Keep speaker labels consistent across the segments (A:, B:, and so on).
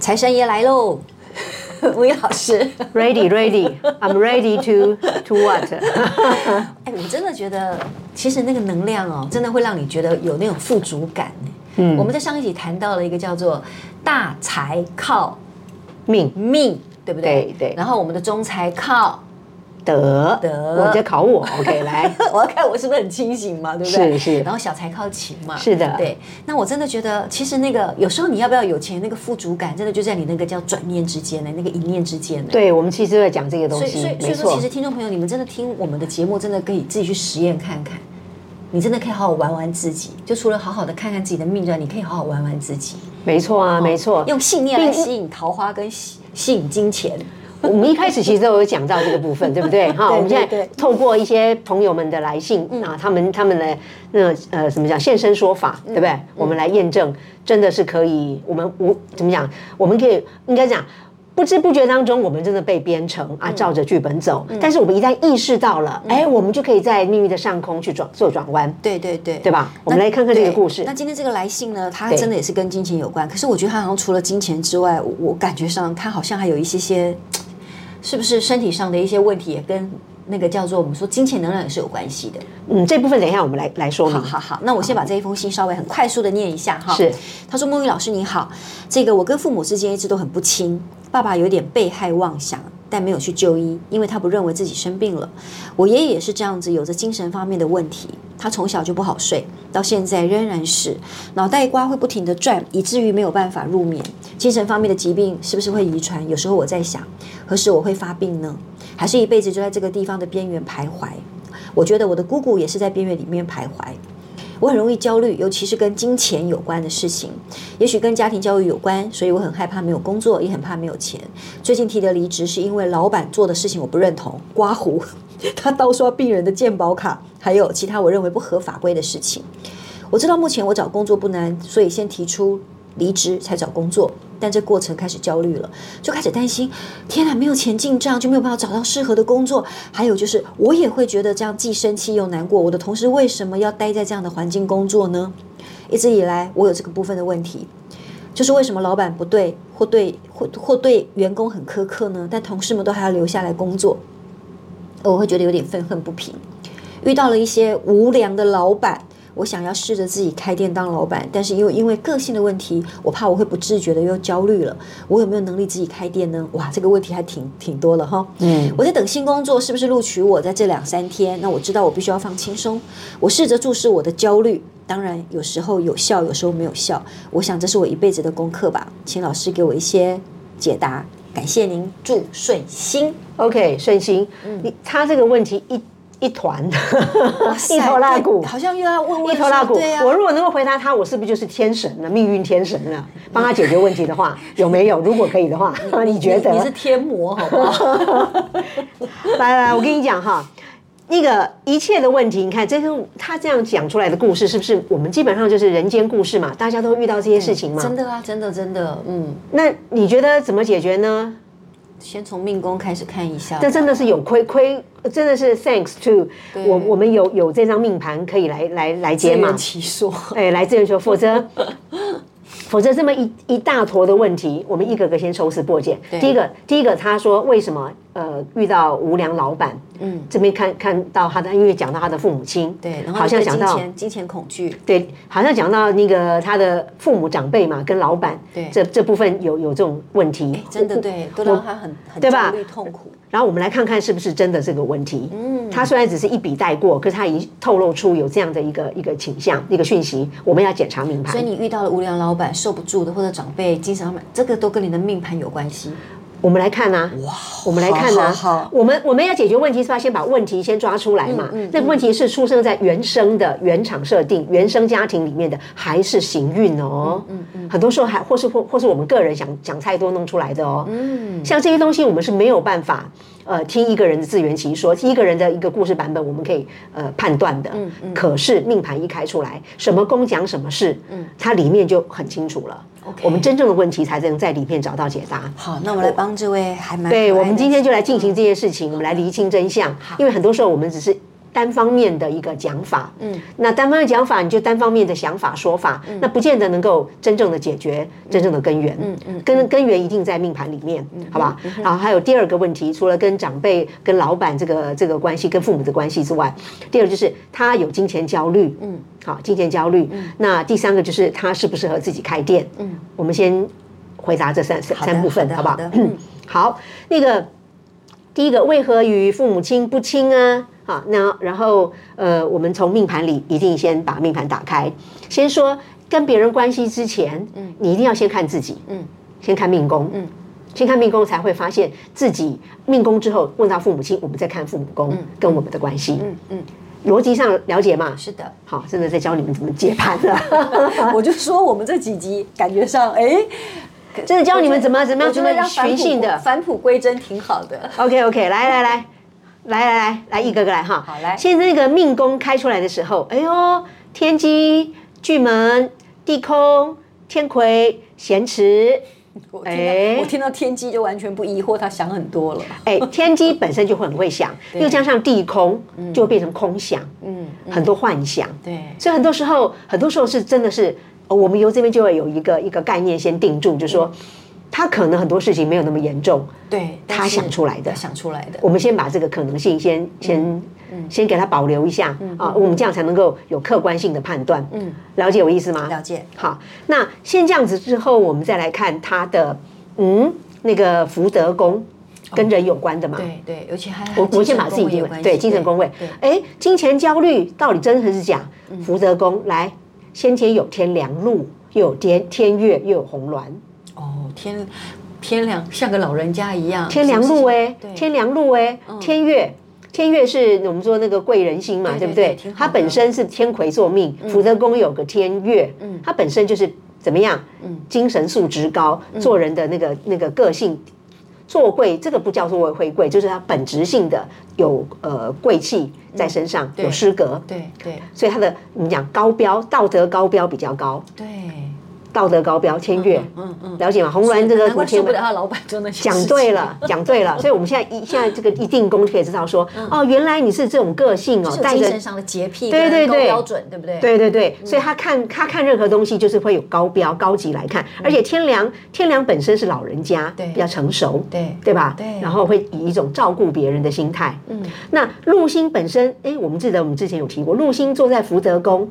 A: 财神爷来 喽！吴英老师，
B: Ready, ready. I'm ready to to what？
A: 哎，我真的觉得，其实那个能量哦，真的会让你觉得有那种富足感。嗯，我们在上一集谈到了一个叫做“大财靠
B: 命
A: 命”，对不对？
B: 对对
A: 然后我们的中财靠，
B: 得
A: 得
B: 我在考我，OK，来，
A: 我要看我是不是很清醒嘛，对不对？
B: 是是
A: 然后小财靠勤嘛，
B: 是的
A: 对。那我真的觉得，其实那个有时候你要不要有钱，那个富足感真的就在你那个叫转念之间呢，那个一念之间呢。
B: 对我们其实都在讲这个东
A: 所以，
B: 西
A: 所以，，所
B: 没
A: 以说，
B: 错
A: 其实，听众朋友，你们真的听我们的节目，真的可以自己去实验看看。你真的可以好好玩玩自己，就除了好好的看看自己的命之外，你可以好好玩玩自己，
B: 没错
C: 哦
B: 啊，没错。
A: 用信念来吸引桃花跟吸吸引金钱。
B: 我们一开始其实都有讲到这个部分，对不 对？哈，
A: 对
B: 我们现
A: 对嗯
B: 在
A: 对
B: 透过一些朋友们的来信啊，他们他们的那呃怎么讲现身说法，
A: 嗯
B: 对不对？我们来验证，真的是可以，我们无怎么讲，我们可以应该讲。不知不觉当中，我们真的被编程
A: 嗯
B: 啊，照着剧本走。但是我们一旦意识到了，哎，我们就可以在命运的上空去转做转弯。
A: 对对对，
B: 对吧
A: 那
B: 我们来看看这个
A: 对
B: 故事
A: 那今天这个来信呢，它
B: 对
A: 真的也是跟金钱有关，可是我觉得它好像除了金钱之外，我我感觉上它好像还有一些些，是不是身体上的一些问题也跟那个叫做我们说金钱能量也是有关系的。
B: 嗯，这部分等一下我们来来说明
A: 好。好好，那我先把这一封信稍微很快速的念一下哈。
B: 是，
A: 他说：“梦雨老师你好，这个我跟父母之间一直都很不亲，爸爸有点被害妄想。”但没有去就医，因为他不认为自己生病了。我爷爷也是这样子，有着精神方面的问题。他从小就不好睡，到现在仍然是脑袋瓜会不停的转，以至于没有办法入眠。精神方面的疾病是不是会遗传？有时候我在想，何时我会发病呢？还是一辈子就在这个地方的边缘徘徊？我觉得我的姑姑也是在边缘里面徘徊。我很容易焦虑，尤其是跟金钱有关的事情，也许跟家庭教育有关，所以我很害怕没有工作，也很怕没有钱。最近提的离职是因为老板做的事情我不认同，刮胡， 他盗刷病人的健保卡，还有其他我认为不合法规的事情。我知道目前我找工作不难，所以先提出离职才找工作。但这过程开始焦虑了，就开始担心，天啊哪，没有钱进账就没有办法找到适合的工作。还有就是，我也会觉得这样既生气又难过。我的同事为什么要待在这样的环境工作呢？一直以来，我有这个部分的问题，就是为什么老板不对，或对或或对员工很苛刻呢？但同事们都还要留下来工作，而我会觉得有点愤恨不平。遇到了一些无良的老板，我想要试着自己开店当老板，但是因为因为个性的问题，我怕我会不自觉的又焦虑了。我有没有能力自己开店呢？哇，这个问题还挺挺多了哈。嗯，我在等新工作是不是录取我，在这两三天，那我知道我必须要放轻松，我试着注视我的焦虑。当然，有时候有效，有时候没有效。我想这是我一辈子的功课吧，请老师给我一些解答。感谢您，祝顺心。
B: OK，顺心，
A: 嗯
B: 你他这个问题一一团，一头拉骨
A: 对。好像又要问问
B: 一头拉
A: 说
B: 骨
A: 对，啊，
B: 我如果能够回答他，我是不是就是天神了？命运天神了，帮他解决问题 的话，有没有？如果可以的话，啊你觉得？
A: 嗯你是天魔，好不 好？
B: 来来，我跟你讲哈，那个一切的问题，你看，这是他这样讲出来的故事，是不是我们基本上就是人间故事嘛？大家都遇到这些事情嘛？
A: 真的啊，真的真的，嗯，
B: 那你觉得怎么解决呢？
A: 先从命宫开始看一下。
B: 这真的是有亏亏，真的是 thanks to
A: 对
B: 我我们有有这张命盘可以来来来
A: 自
B: 解码
A: 圆。其说，
B: 哎，来自愿说，否则否则这么一一大坨的问题，我们一个个先抽丝剥茧。
A: 对
B: 第一个，第一个他说为什么呃遇到无良老板？嗯，这边看看到他的，因为讲到他的父母亲，
A: 对，然后
B: 好像
A: 对
B: 讲
A: 金
B: 到。
A: 钱金钱恐惧，
B: 对，好像讲到那个他的父母长辈嘛，跟老板，
A: 对
B: 这这部分有有这种问题
A: 哎，真的对，都让他很很
B: 对吧
A: 焦虑痛苦。
B: 然后我们来看看是不是真的这个问题。嗯，他虽然只是一笔带过，可是他已经透露出有这样的一个一个倾向、一个讯息，我们要检查命盘。
A: 所以你遇到了无良老板受不住的，或者长辈精神上面，这个都跟你的命盘有关系。
B: 我们来看呐、哇，我们来看呐、
A: 好好好
B: 我们我们要解决问题是吧？先把问题先抓出来嘛。那个问题是出生在原生的原厂设定、原生家庭里面的，还是行运哦？嗯嗯很多时候还或是或或是我们个人想想太多弄出来的哦。嗯，像这些东西我们是没有办法。呃，听一个人的自圆其说，一个人的一个故事版本，我们可以呃判断的。嗯嗯。可是命盘一开出来，什么宫讲什么事，嗯，它里面就很清楚了。我们真正的问题才能在里面找到解答。
A: 好，那我来帮这位还蛮
B: 对，
A: 可爱
B: 我们
A: 的
B: 今天就来进行这件事情，我们来厘清真相。因为很多时候我们只是单方面的一个讲法，嗯，那单方面讲法，你就单方面的想法说法，那不见得能够真正的解决真正的根源，嗯嗯，根根源一定在命盘里面，好吧？然后还有第二个问题，除了跟长辈、跟老板这个这个关系、跟父母的关系之外，第二个就是他有金钱焦虑，嗯，好，金钱焦虑。那第三个就是他适不适合自己开店，嗯，我们先回答这三三
A: 的
B: 三部分，
A: 好的
B: 好不好
A: 好的？嗯
B: 好，那个第一个，为何与父母亲不亲啊？好，那然后呃，我们从命盘里一定先把命盘打开，先说跟别人关系之前，嗯，你一定要先看自己，嗯，先看命宫，嗯。先看命宫，才会发现自己命宫之后，问到父母亲，我们再看父母宫跟我们的关系。嗯嗯，逻辑上了解嘛？
A: 是 的，
B: 好，真的在教你们怎么解盘 了，
A: 我就说我们这几集感觉上，哎，
B: 真的教你们怎么怎么样
A: 我觉
B: 怎
A: 得
B: 么
A: 让返璞
B: 寻性的
A: 返璞归真挺好的。
B: OK OK，来来来，来来来来一个个来哈。
A: 嗯好来
B: 现在那个命宫开出来的时候，哎呦，天机、巨门、地空、天魁、咸池。
A: 我听到、
B: 哎
A: 我听到天机就完全不疑惑，他想很多了。
B: 哎，天机本身就很 会想，又加上地空，就变成空想，
A: 嗯，
B: 很多幻想。
A: 对，
B: 所以很多时候，很多时候是真的是，呃我们由这边就会有一个一个概念先定住，就说
A: 嗯
B: 他可能很多事情没有那么严重，
A: 对，
B: 他
A: 但是
B: 想出来的
A: 他想出来的。
B: 我们先把这个可能性先先、先给它保留一下、啊，我们这样才能够有客观性的判断。嗯，了解我意思吗？
A: 了解。
B: 好，那先这样子之后，我们再来看它的嗯那个福德宫跟人有关的嘛。
A: 对对，尤其还
B: 我我先把自己定位，对嗯精神宫位。哎，金钱焦虑到底真还是假？福德宫来，先天有天梁禄，又有天天月，又有红鸾。
C: 哦，天天良像个老人家一样，
B: 天良
C: 是
B: 路
C: 不是
B: 哎
C: 对，嗯
B: 天良路哎，天月。天月是我们说那个贵人星嘛，
C: 对
B: 对不
C: 对嗯
B: 对
C: 挺？好
B: 它
C: 的
B: 本身是天魁座命，福德宫有个天月，
C: 嗯
B: 它本身就是怎么样？精神素质高，
C: 嗯
B: 做人的那个那个个性，做贵这个不叫做会贵，就是它本质性的有呃贵气在身上，有失格，
C: 嗯对对
B: 所以它的我们讲高标道德高标比较高，
C: 对，
B: 道德高标天月，
C: 嗯嗯，
B: 了解吗？红鸾这个
C: 难怪
B: 天
C: 受不了他老板做那些
B: 讲
C: 事
B: 对
C: 情
B: 了，讲对了，所以我们现在一现在这个一定功就可以知道说，
C: 嗯
B: 哦，原来你是这种个性哦，带
C: 精
B: 着
C: 神嗯上的洁癖，
B: 对对对
C: 标准，对不对？
B: 对对对，所以他看他看任何东西就是会有高标高级来看，而且天良天良本身是老人家，
C: 嗯对
B: 比较成熟，
C: 对
B: 对吧？
C: 对
B: 然后会以一种照顾别人的心态。嗯，那禄星本身，哎，我们记得我们之前有提过，禄星坐在福德宫，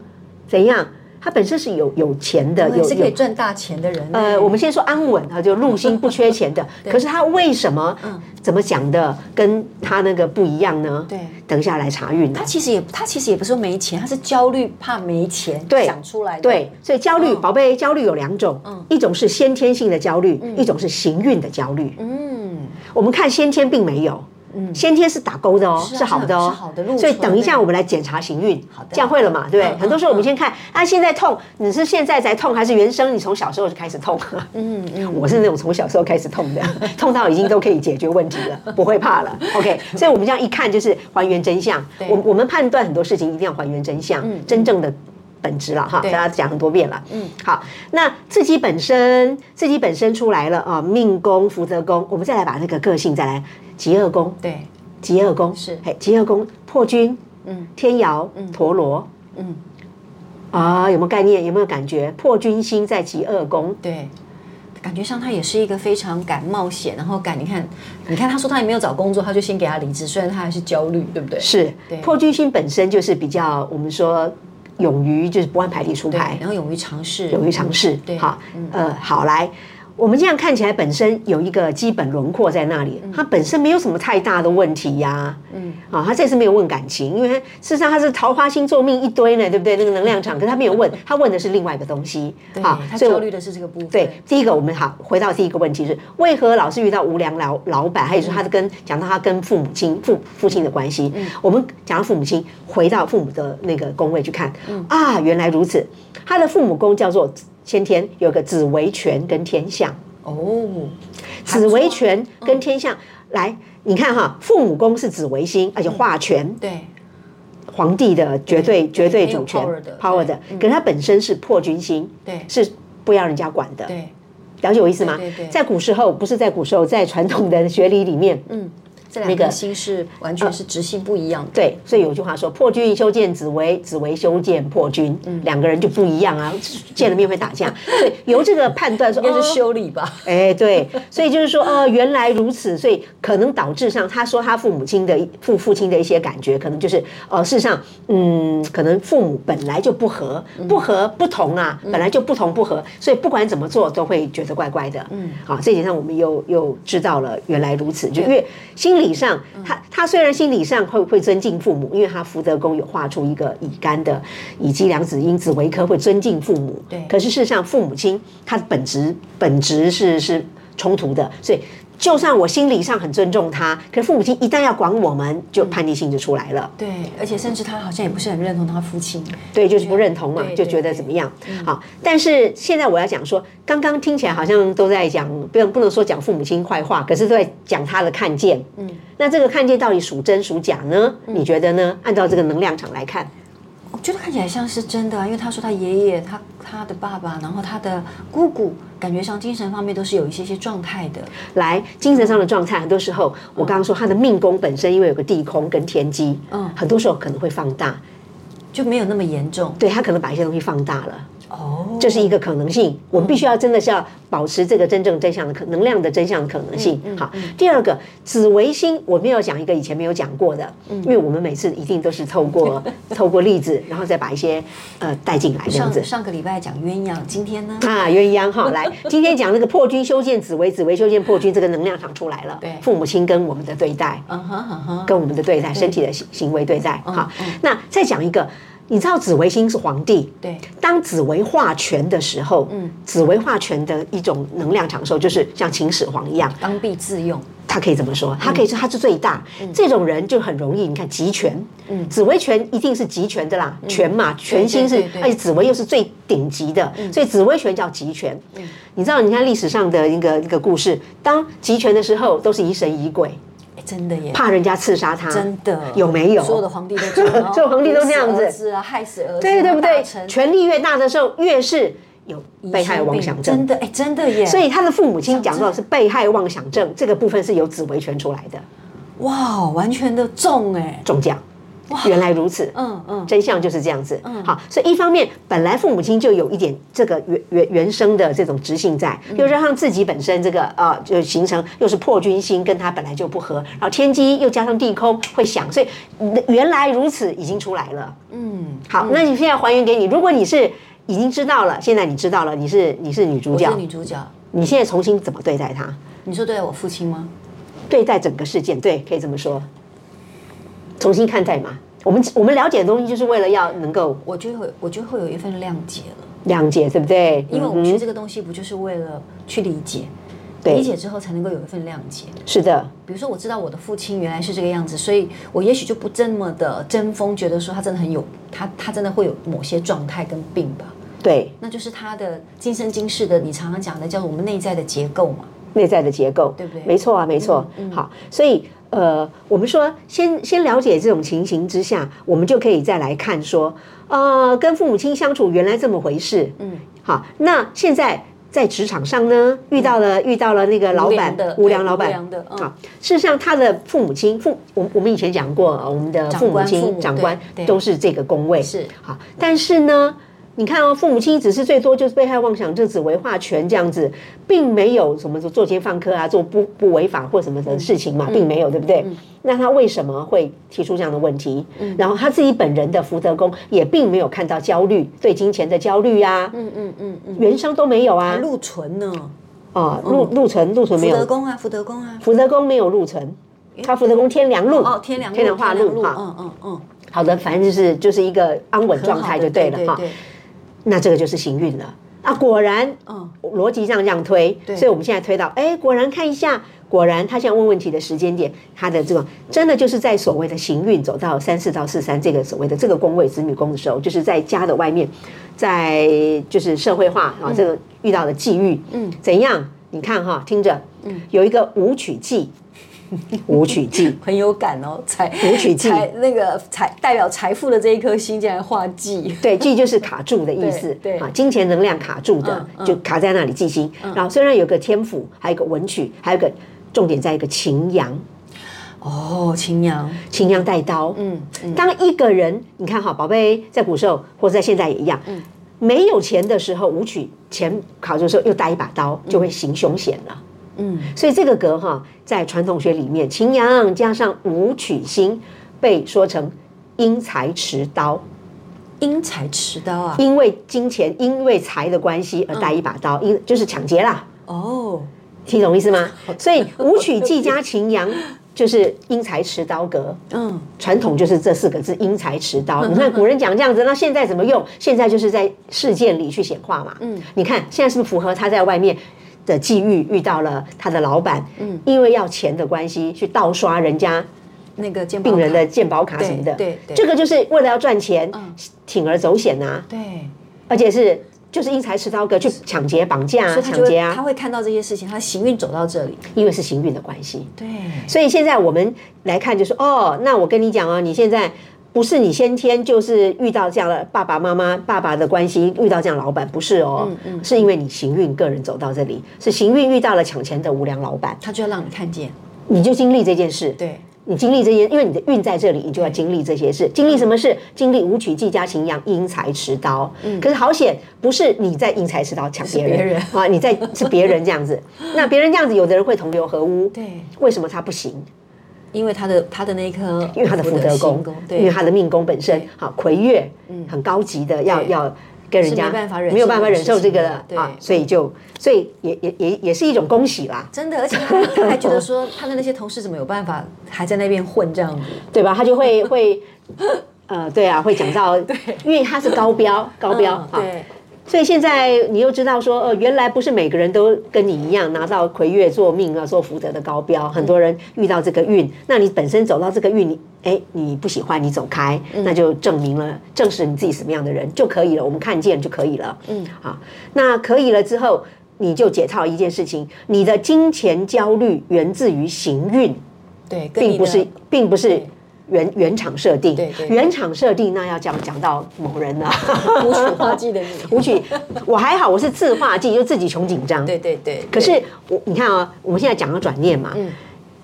B: 怎样？他本身是有有钱的，有
C: 嗯是
B: 有
C: 可以赚大钱的人。
B: 呃，我们先说安稳啊，就入心不缺 钱的。可是他为什么怎么讲的跟他那个不一样呢？
C: 嗯对，
B: 等一下来查运了啊
A: 他。其实也他其实也不是说没钱，他是焦虑怕没钱
B: 对
A: 想出来的。
B: 对，所以焦虑，
C: 嗯
B: 宝贝，焦虑有两种，一种是先天性的焦虑，
C: 嗯
B: 一种是行运的焦虑。嗯，我们看先天并没有。先天是打勾的哦，
C: 啊
B: 是好的哦，
C: 嗯是好的路
B: 所以
C: 出来
B: 等一
C: 的
B: 下我们来检查行运，
C: 的
B: 这样会了嘛？对不对？
C: 嗯
B: 很多时候我们先看，啊，现在痛，你是现在才痛，还是原生你从小时候就开始痛？嗯嗯， 我是那种从小时候开始痛的， 痛到已经都可以解决问题了，不会怕 了。OK，所以我们这样一看就是还原真相。我我们判断很多事情一定要还原真相，真正的本质了哈，大家讲很多遍了。嗯，好，那自己本身自己本身出来了啊，命宫、福德宫，我们再来把那个个性再来极恶宫，
C: 对，
B: 极恶宫
C: 是
B: 哎，极恶宫破军，嗯，天姚，嗯，陀螺，嗯，啊，有没有概念？有没有感觉？破军星在极恶宫，
C: 对，感觉上他也是一个非常敢冒险，然后敢你看，你看他说他也没有找工作，他就先给他离职，虽然他还是焦虑，对不对？
B: 是
C: 对
B: 破军星本身就是比较我们说勇于就是不按牌理出
C: 对
B: 牌，
C: 然后勇于尝试，
B: 勇于尝试，
C: 对
B: 好，呃，好来。我们这样看起来本身有一个基本轮廓在那里，他本身没有什么太大的问题呀、嗯，啊，他这次没有问感情，因为他事实上他是桃花星座命一堆呢，对不对？那个能量场，可是他没有问，他问的是另外一个东西，啊
A: 他
B: 所以
A: 焦
B: 我
A: 虑的是这个部分。
B: 对，，第一个我们好回到第一个问题是，为何老是遇到无良老老板？还有就是他跟讲到他跟父母亲父父亲的关系，
A: 嗯
B: 我们讲到父母亲，回到父母的那个宫位去看，
A: 嗯
B: 啊，原来如此，他的父母宫叫做先天有个紫微权跟天象，
A: 哦，
B: 紫微权跟天
A: 嗯
B: 象，来，你看哈，父母宫是紫微星，而且化权，
A: 对，
B: 皇帝的绝对
A: 对
B: 绝对
A: 很有
B: 主权
A: power 的嗯
B: ，power 的，可是他本身是破军星，
A: 对
B: 是不要人家管的，
A: 对，
B: 了解我意思吗？
A: 对对对
B: 在古时候，不是在古时候，在传统的学理里面，嗯，
A: 这两颗
B: 个
A: 心是完全是直性不一样的。
B: 对，所以有句话说“破军修建紫薇，紫薇修建破军”，
A: 嗯
B: 两个人就不一样啊，见了面会打 架。所以由这个判断说，
A: 应该是
B: 哦
A: 修理吧？
B: 哎，对，所以就是说，哦，原来如此，所以可能导致上，他说他父母亲的父父亲的一些感觉，可能就是，呃，事实上，嗯，可能父母本来就不和，不和不同啊，本来就不同不和，所以不管怎么做都会觉得怪怪的，嗯，好，这一点上我们又又知道了原来如此，就因为心理上，他他虽然心理上会会尊敬父母，因为他福德宫有画出一个乙干的乙基两子因子为科，会尊敬父母，
A: 对
B: 可是事实上，父母亲他的本质本质是是冲突的，所以就算我心理上很尊重他，可是父母亲一旦要管我们，就叛逆性就出来了。
A: 对，而且甚至他好像也不是很认同他父亲。
B: 对，就是不认同嘛，
A: 对嗯
B: 就觉得怎么样？好，但是现在我要讲说，刚刚听起来好像都在讲，不能不能说讲父母亲坏话，可是都在讲他的看见。嗯，那这个看见到底属真属假呢？
A: 嗯
B: 你觉得呢？按照这个能量场来看，
A: 我觉得看起来像是真的啊，因为他说他爷爷、他他的爸爸，然后他的姑姑，感觉上精神方面都是有一些些状态的。
B: 来精神上的状态，很多时候我刚刚说他的命宫本身因为有个地空跟天机，
A: 嗯
B: 很多时候可能会放大，
A: 就没有那么严重
B: 对他可能把一些东西放大了。
A: 哦。
B: 这是一个可能性，我们必须要真的是要保持这个真正真相的可能量的真相的可能性。
A: 嗯
B: 好，第二个紫微星，我们要讲一个以前没有讲过的，
A: 嗯
B: 因为我们每次一定都是透 过透过例子，然后再把一些呃带进来这样子
A: 上。上个礼拜讲鸳鸯，今天呢？
B: 啊，鸳鸯 哈，来，今天讲那个破军修建紫薇，紫薇修建破军，这个能量场出来了。
A: 对
B: 父母亲跟我们的对待，
A: 嗯哼嗯哼，
B: 跟我们的对待，身体的行行为对
A: 嗯
B: 待。好，那再讲一个，你知道紫微星是皇帝，
A: 对，
B: 当紫薇化权的时候，嗯，紫薇化权的一种能量场受，就是像秦始皇一样，
A: 刚愎自用，
B: 他可以怎么
A: 嗯
B: 说？他可以说他是最大，这种人就很容易，你看集权，紫薇权一定是集权的啦，权嘛，权星
A: 嗯对
B: 是
A: 对对，嗯
B: 而且紫薇又是最顶级的，所以紫薇权叫集权。你知道，你看历史上的一个一个故事，当集权的时候，都是疑神疑鬼，
A: 哎，真的耶，
B: 怕人家刺杀他，
A: 真的
B: 有没有？
A: 所有的皇帝都这样哦
B: 所有皇帝都那样
A: 毒
B: 子
A: 死儿子啊，害死儿子，
B: 对对不
A: 然后
B: 对
A: 大臣？
B: 权力越大的时候，越是有
A: 疑
B: 被害
A: 心
B: 妄
A: 病
B: 想症
A: 真。的哎，真的耶，
B: 所以他的父母亲讲到
A: 想
B: 的是被害妄想症这个部分是由紫微权出来的
A: 哇，完全的中哎，
B: 中奖，原来如此。
A: 嗯嗯，
B: 真相就是这样子，好，所以一方面本来父母亲就有一点这个原原原生的这种直性在，
A: 嗯
B: 又让自己本身这个啊就形成又是破军星，跟他本来就不合，然后天机又加上地空会想，所以嗯原来如此已经出来了，嗯，好，那你现在还原给你，如果你是已经知道了，现在你知道了，你是你是女主
A: 我
B: 角
A: 是，女主角，
B: 你现在重新怎么对待他？
A: 你说对待我父亲吗？
B: 对待整个事件，对，可以这么说，重新看待嘛。我们我们了解的东西，就是为了要能够
A: 我就会我就会有一份谅解了，
B: 谅解，对不对？
A: 因为我
B: 嗯
A: 们学这个东西不就是为了去理解，
B: 对
A: 理解之后才能够有一份谅解。
B: 是的，
A: 比如说，我知道我的父亲原来是这个样子，所以我也许就不这么的争锋，觉得说他真的很有他他真的会有某些状态跟病吧，
B: 对
A: 那就是他的今生今世的，你常常讲的叫我们内在的结构嘛。
B: 内在的结构，
A: 对不嗯对
B: 没错啊，没错。好，所以呃，我们说先先了解这种情形之下，我们就可以再来看说，呃，跟父母亲相处原来这么回事，嗯，好，那现在。在职场上呢，遇到了、遇到了那个老
A: 嗯无良
B: 板
A: 的
B: 无良
A: 对
B: 老板
A: 无良的嗯
B: 啊，事实上他的父母亲父，我我们以前讲过，呃我们的父
A: 长
B: 母
A: 官父
B: 亲
A: 母
B: 长官
A: 对对
B: 都是这个宫位
A: 是
B: 好，但是呢，你看哦，父母亲只是最多就是被害妄想症、紫为化权这样子，并没有什么做奸犯科啊，做不不违法或什么
A: 嗯
B: 的事情嘛，并没有，对不对？那他为什么会提出这样的问题？
A: 嗯
B: 然后他自己本人的福德宫也并没有看
A: 嗯
B: 到焦虑，对金钱的焦虑啊，嗯嗯嗯嗯，原生都没有啊，
A: 还露唇呢，
B: 啊，陆陆程陆程
A: 嗯
B: 没
A: 福德
B: 有，
A: 宫啊，福德宫啊，
B: 福德宫没有陆程，他福德宫天良路
C: 哦，天良
B: 天良化
C: 天良
B: 路哈。
C: 嗯嗯嗯，
B: 好的，反正就是就是一个安稳状态就对了
C: 很好
B: 哈
C: 的。对对对
B: 那这个就是行运了啊，果然
C: 嗯，
B: 逻辑上这样推，
C: 对
B: 所以我们现在推到，哎，果然看一下，果然他现在问问题的时间点，他的这种真的就是在所谓的行运走到三四到四三这个所谓的这个宫位子女宫的时候，就是在家的外面，在就是社会化
C: 嗯
B: 啊、这个遇到的际遇，嗯，怎样？你看哈，听着，嗯，有一个武 曲忌，武曲忌，
C: 很有感哦，财
B: 武曲忌
C: 财那个财代表财富的这一颗星竟然化忌，
B: 对，忌就是卡住的意思，
C: 对对
B: 啊，金钱能量卡住的，
C: 嗯
B: 就卡在那里记心。然后虽然有个天府，还有一个文曲，还有一个重点在一个擎羊，
C: 哦，秦阳，
B: 擎羊带刀。嗯，当一个人，你看哈，宝贝在古时候或者在现在也一样，没有钱的时候，武曲钱卡住的时候又带一把刀，就会行凶险了。
C: 嗯，
B: 所以这个格哈，在传统学里面，擎羊加上武曲星，被说成因财持刀。
C: 因财持刀啊，
B: 因为金钱、因为财的关系而带一把刀，因、就是抢劫啦，
C: 哦，
B: 听懂意思吗？所以武曲季加秦阳就是因财持刀格，
C: 嗯，
B: 传统就是这四个字因材持 刀。你看古人讲这样子，那现在怎么用？现在就是在事件里去显化嘛。嗯，你看现在是不是符合他在外面的际遇遇到了他的老板，嗯，因为要钱的关系去盗刷人家
C: 那个健保
B: 病人的
C: 卡
B: 健保卡什么的，
C: 对对对嗯
B: 这个就是为了要赚钱，铤而走险呐、啊
C: 对，
B: 而且是就是因材施刀格去抢劫、绑架、
C: 所
B: 啊、
C: 以他就
B: 抢
C: 会
B: 劫
C: 他
B: 啊，
C: 会看到这些事情，他行运走到这里，
B: 因为是行运的关系。
C: 对，
B: 所以现在我们来看，就是哦，那我跟你讲哦，你现在不是你先天就是遇到这样的爸爸妈妈、爸爸的关系，遇到这样的老板，不是哦，
C: 嗯
B: 是因为你行运个人走到这里，是行运遇到了抢钱的无良老板，
C: 他就要让你看见，
B: 你就经历这件事。
C: 对，
B: 你经历这些，因为你的运在这里，你就要经历这些
C: 嗯
B: 事。经历什么事？经历武曲技加秦阳因材持刀。可是好险，不是你在因材持刀抢别人
C: 嗯是别人
B: 啊，你在是别人这样子。那别人这样子，有的人会同流合污。
C: 对，
B: 为什么他不行？
C: 因为他的他的那一颗，
B: 因为他的福德宫，因为
C: 对，
B: 他的命宫本身
C: 对嗯
B: 好魁月，很高级的，要要跟人家
C: 是没办法忍受
B: 没有办法忍受这个了
C: 这个事情的
B: 啊，
C: 对
B: 所以就所以也也也也是一种恭 喜啦，
C: 真的，而且他他还觉得说他的那些同事怎么有办法还在那边混这样子，
B: 对吧？他就会会。呃，对啊，会讲 到，因为他是高标，高标
C: 嗯
B: 啊，
C: 对，
B: 所以现在你又知道说，呃，原来不是每个人都跟你一样拿到魁月做命啊，做福德的高标。很多人遇到这个运，那你本身走到这个运，你哎你不喜欢，你走开，
C: 嗯
B: 那就证明了证实你自己什么样的人就可以了。我们看见就可以了。嗯，好，那可以了之后，你就解套一件事情，你的金钱焦虑源自于行运，
C: 对，跟你
B: 并不
C: 的
B: 是，并不是。原原厂设定，
C: 对对对
B: 原厂设定，那要讲讲到某人了，
C: 无曲化忌的 你，
B: 舞曲，我还好，我是自画技，就自己穷紧张。
C: 对。对对，
B: 嗯
C: 嗯
B: 可是我你看啊、我们现在讲到转念嘛，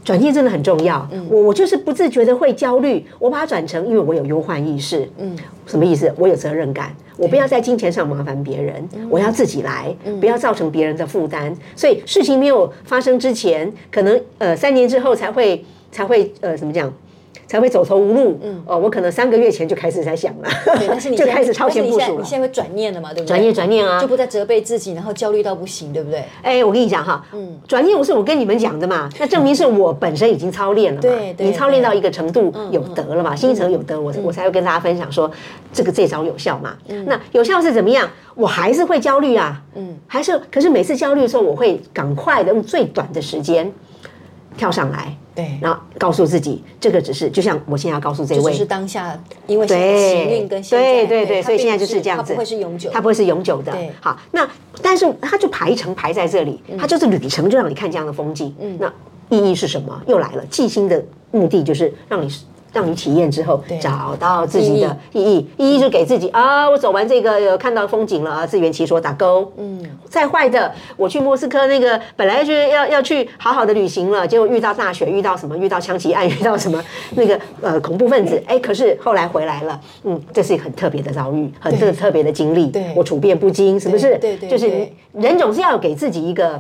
B: 转念真的很重要。我我就是不自觉的会焦虑，我把它转成，因为我有忧患意识。嗯，什么意思？我有责任感，我不要在金钱上麻烦别人，
C: 嗯
B: 我要自己来，不要造成别人的负担。所以事情没有发生之前，可能呃三年之后才会才会呃怎么讲？才会走投无路，嗯，哦，我可能三个月前就开始在想了，
C: 对，但是你
B: 就
C: 现在
B: 开始超前
C: 但是你现
B: 部
C: 在
B: 署了
C: 你。现在会转念了嘛？对不对？
B: 转念转念啊，
C: 就不再责备自己，然后焦虑到不行，对不对？
B: 哎、我跟你讲哈，
C: 嗯
B: 转念我是我跟你们讲的嘛，那证明是我本身已经操练了嘛，
C: 对对嗯
B: 你操练到一个程度有德了嘛，心诚有德，我我才会跟大家分享说这个这招有效嘛。
C: 嗯
B: 那有效是怎么样？我还是会焦虑啊，嗯，还是可是每次焦虑的时候，我会赶快的用最短的时间跳上来，
C: 对
B: 然后告诉自己，这个只是就像我现在要告诉这
C: 就
B: 位，
C: 只是当下，因为
B: 对
C: 行运跟现在，
B: 对对对，
C: 它
B: 所以现在
C: 并不
B: 就是这样子，
C: 它不会是永久，
B: 它不会是永久的
C: 对。嗯
B: 好，那但是它就排程排在这里，它就是旅程，就让你看这样的风景。那意义是什么？又来了，记心的目的就是让你。让你体验之后，找到自己的意义，意义就给自己啊！我走完这个，有看到风景了啊！自圆其说，打勾。嗯，再坏的，我去莫斯科那个本来就是要要去好好的旅行了，结果遇到大雪，遇到什么，遇到枪击案，遇 到什么那个呃恐怖分子，哎，可是后来回来了，嗯，这是一个很特别的遭遇，很特特别的经历。
C: 对
B: 我处变不惊，是不是？
C: 对对对
B: 就是
C: 对
B: 人总是要给自己一个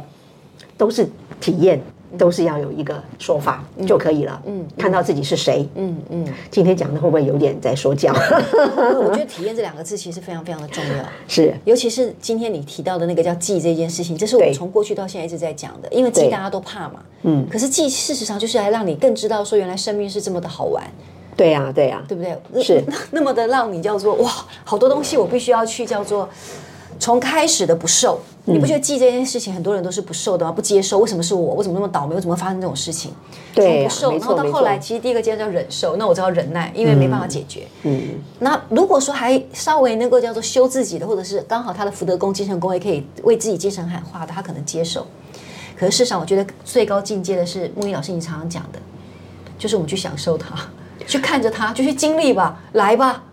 B: 都是体验，都是要有一个说法就可以了。嗯，看到自己是谁。嗯嗯，今天讲的会不会有点在说教？
A: 我觉得体验这两个字其实非常非常的重要。
B: 是
A: 尤其是今天你提到的那个叫记这件事情，这是我们
B: 对
A: 从过去到现在一直在讲的，因为记
B: 对
A: 大家都怕嘛，
B: 嗯
A: 可是记事实上就是来让你更知道说原来生命是这么的好玩，
B: 对呀，对啊呀，
A: 对不对？那
B: 是
A: 那那么的让你叫做哇，好多东西我必须要去叫做从开始的不受，
B: 嗯
A: 你不觉得记这件事情很多人都是不受的吗？不接受，为什么是我？为什么那么倒霉？为什么发生这种事情？
B: 对
A: 不
B: 呀，
A: 受，
B: 没
A: 然后
B: 错
A: 到
B: 没
A: 后来
B: 错。
A: 其实第一个阶段叫忍受，那我知道忍耐，因为没办法解决。
B: 嗯，
A: 那如果说还稍微能够叫做修自己的，或者是刚好他的福德宫、精神宫也可以为自己精神喊话的，他可能接受。可是事实上，我觉得最高境界的是木易老师你常常讲的，就是我们去享受它， 去看着它，就去经历吧，来吧。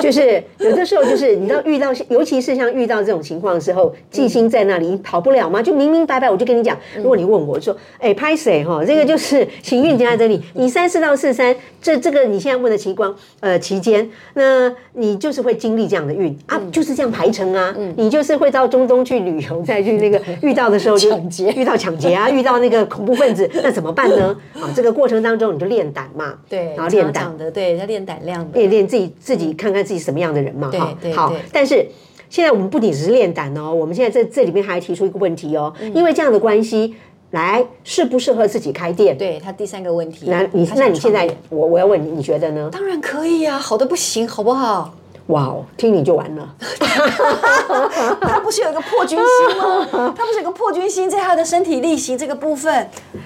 B: 就是有的时候，就是你知道遇到，尤其是像遇到这种情况的时候，记心在那里，你跑不了吗？就明明白白，我就跟你讲，如果你问我说，哎，拍谁哈？这个就是 行运夹在这里，你三四到四三，这这个你现在问的期光呃期间，那你就是会经历这样的运啊，
A: 嗯
B: 就是这样排程啊，你就是会到中东去旅游，再去那个遇到的时候就
A: 抢劫
B: 遇到抢劫啊，遇到那个恐怖分子，那怎么办 呢？啊，这个过程当中你就练胆嘛，然后练
A: 常
B: 胆
A: 讲，的，对，要练胆量的，
B: 练练自己自己看看自己什么样的人嘛，
A: 对
B: 哈
A: 对，
B: 好
A: 对。
B: 但是现在我们不仅只是练胆哦，我们现在在这里面还提出一个问题哦，
A: 嗯
B: 因为这样的关系，来适不适合自己开店？
A: 对他第三个问题。
B: 那你
A: 他想
B: 那你现在
A: 创业
B: 我我要问你，你觉得呢？
A: 当然可以啊，好的不行，好不好？
B: 哇哦，听你就完了。
A: 他不是有一个破军心 吗？他不是有一个破军心在他的身体力行这个部分，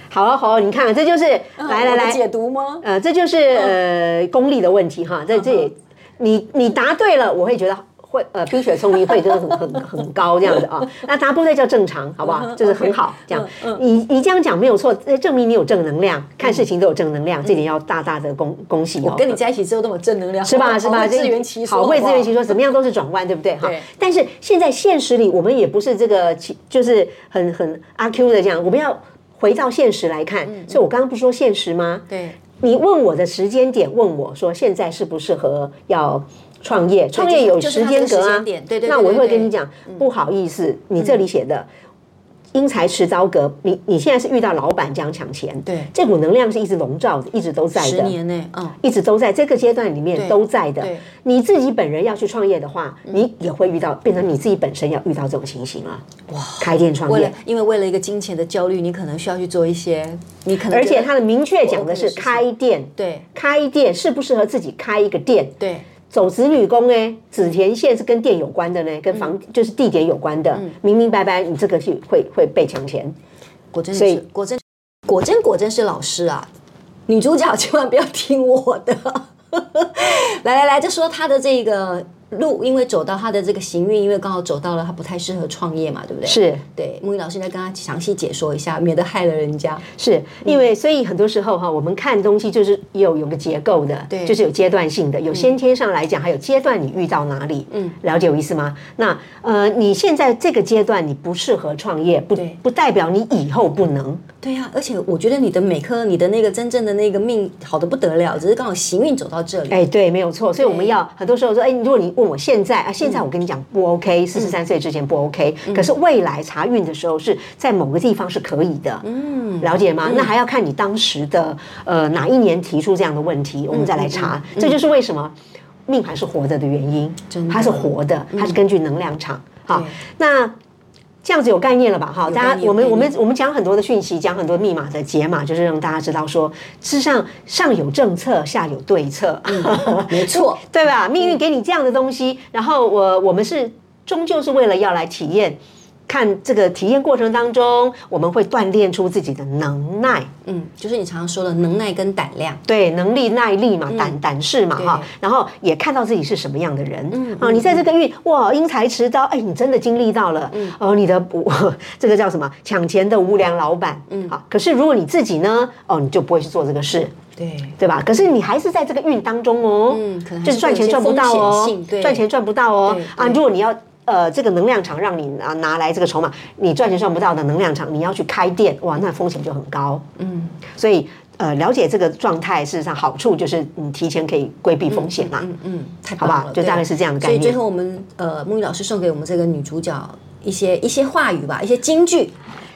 B: 好啊好啊，你看，这就是来
A: 嗯我
B: 来
A: 的
B: 来，
A: 解读吗？
B: 呃，这就是
A: 嗯
B: 呃功利的问题哈，在这也你你答对了，我会觉得。会呃，冰雪聪明会真的很很很高这样子啊，那答不对叫正常，好不
A: 嗯
B: 好？就是很好这样。你你这样讲没有错，这证明你有正能量，看事情都有正能量，这点要大大的恭恭喜哦。
A: 嗯我跟你在一起之后那么正能量，
B: 是吧？
A: 好
B: 是吧？
A: 好
B: 这
A: 自圆其说，
B: 好会自圆其
A: 说。
B: 说，怎么样都是转弯，对不对？哈
A: 对。
B: 但是现在现实里，我们也不是这个其，就是很很阿 Q 的这样，我们要回到现实来看。
A: 嗯
B: 所以我刚刚不是说现实吗？
A: 对，
B: 你问我的时间点，问我说现在适不适合要创业？创业有
A: 就是
B: 时间
A: 就是它这
B: 隔
A: 个时
B: 啊
A: 间点，对对对
B: 那我会
A: 对对嗯
B: 跟你讲，不好意思，你这里写的。因材迟早革，你你现在是遇到老板这样抢钱，
A: 对
B: 这股能量是一直笼罩的，一直都在的，
A: 十年呢，嗯，
B: 一直都在这个阶段里面
A: 对
B: 都在的
A: 对。嗯
B: 你自己本人要去创业的话，你也会遇到，变成你自己本身要遇到这种情形了。哇，开店创
A: 为
B: 业
A: 了，因为为了一个金钱的焦虑，你可能需要去做一些，你可能
B: 而
A: 觉
B: 且
A: 得
B: 他的明确讲的
A: 我
B: 是
A: 我可以试试
B: 开店，
A: 对
B: 开店适不适合自己开一个店？
A: 对
B: 走子女宫呢，紫田线是跟店有关的呢，跟房、就是地点有关的，明明白白，你这个是会会被抢钱。
A: 果真
B: 所以
A: 是果真果真果真是老师啊！女主角千万不要听我的。 来来来，就说她的这个路，因为走到她的这个行运，因为刚好走到了她不太适合创业嘛，对不对？
B: 是
A: 对。木鱼老师再跟她详细解说一下，免得害了人家。
B: 是嗯因为，所以很多时候哈，我们看东西就是有有个结构的，
A: 对
B: 就是有阶段性的，有先天上来讲，还有阶段你遇到哪里，嗯，了解我意思吗？那呃，你现在这个阶段你不适合创业，不
A: 对
B: 不代表你以后不能，
A: 对
B: 啊
A: 呀、而且我觉得你的每颗，你的那个真正的那个命好的不得了，只是刚好行运走到这里。
B: 哎，对，没有错。所以我们要很多时候说，哎，如果你问我现在啊，现在我跟你讲不 OK，四十三岁之前不 OK，、可是未来查运的时候是在某个地方是可以的，嗯，了解吗？那还要看你当时的呃哪一年提出这样的问题，我们再来查。这就是为什么命盘是活着的原因
A: 真，的
B: 它是活的，它是根据能量场。好
A: 对，
B: 那这样子有概念了吧？哈，大
A: 概
B: 家
A: 念
B: 我们
A: 有概
B: 我们
A: 念
B: 我们讲很多的讯息，讲很多密码的解码，就是让大家知道说，事实上上有政策，下有对策，
A: 嗯没错， 嗯
B: 对吧？命运给你这样的东西，然后我我们是终究是为了要来体验。看这个体验过程当中，我们会锻炼出自己的能耐，
A: 嗯，就是你常常说的能耐跟胆量。
B: 对能力、耐力嘛，胆胆识嘛，
A: 对
B: 哈，然后也看到自己是什么样的人，啊，你在这个运哇，因材持刀，哎，你真的经历到了，哦，你的我 这个叫什么抢钱的无良老板，嗯，好，可是如果你自己呢，哦，你就不会去做这个事，
A: 对，
B: 对吧？可是你还是在这个运当中哦，
A: 嗯可能还是
B: 就是赚钱赚不到
A: 会有一些风
B: 哦
A: 险性，对
B: 赚钱赚不到哦
A: 对
B: 啊！
A: 对
B: 如果你要呃这个能量场让你拿拿来这个筹码，你赚钱赚不到的能量场，你要去开店，哇，那风险就很高。嗯，所以呃了解这个状态，事实上好处就是你提前可以规避风险啦。
A: 嗯嗯，太
B: 好
A: 棒
B: 不
A: 了，
B: 好就
A: 对
B: 大概是这样的概
A: 所以最
B: 念
A: 后我们呃，木鱼老师送给我们这个女主角一些一些话语吧，一些金句，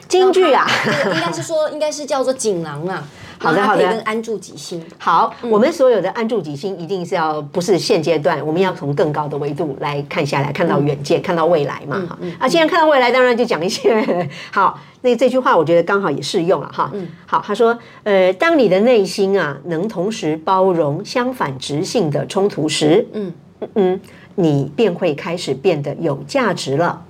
B: 京剧啊，
A: 那个应该是说，应该是叫做锦囊啊。
B: 好的
A: 然后它
B: 好的
A: 可以跟安住己心。
B: 好，我们所有的安住己心，一定是要不是现阶段，我们要从更高的维度来看下来，看到远见，看到未来嘛哈。啊，既然看到未来，当然就讲一些 好。那这句话我觉得刚好也适用了哈。好，他说，呃，当你的内心啊能同时包容相反直性的冲突时，嗯嗯，你便会开始变得有价值了。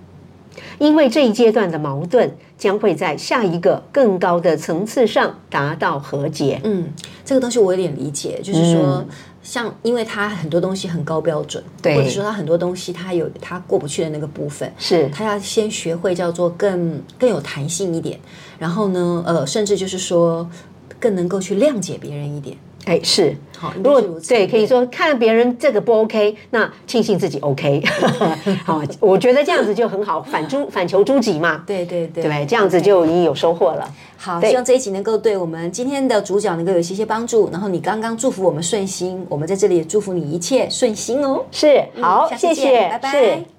B: 因为这一阶段的矛盾将会在下一个更高的层次上达到和解。
A: 嗯，这个东西我有点理解，
B: 嗯
A: 就是说，像因为它很多东西很高标准，
B: 对
A: 或者说它很多东西它有它过不去的那个部分，
B: 是，
A: 他要先学会叫做更更有弹性一点，然后呢，呃，甚至就是说更能够去谅解别人一点。
B: 哎，是。
A: 好，
B: 如果
A: 应该是如此
B: 对，可以说看别人这个不 OK，那庆幸自己 OK，好， 我觉得这样子就很好，反诸反求诸己嘛，
A: 对对对
B: 对不对？这样子就已经有收获了。
A: 好，
B: 对
A: 希望这一集能够对我们今天的主角能够有一些些帮助。然后你刚刚祝福我们顺心，我们在这里也祝福你一切顺心哦。
B: 是，好，
A: 下次
B: 谢
A: 见
B: 谢，
A: 拜拜
B: 是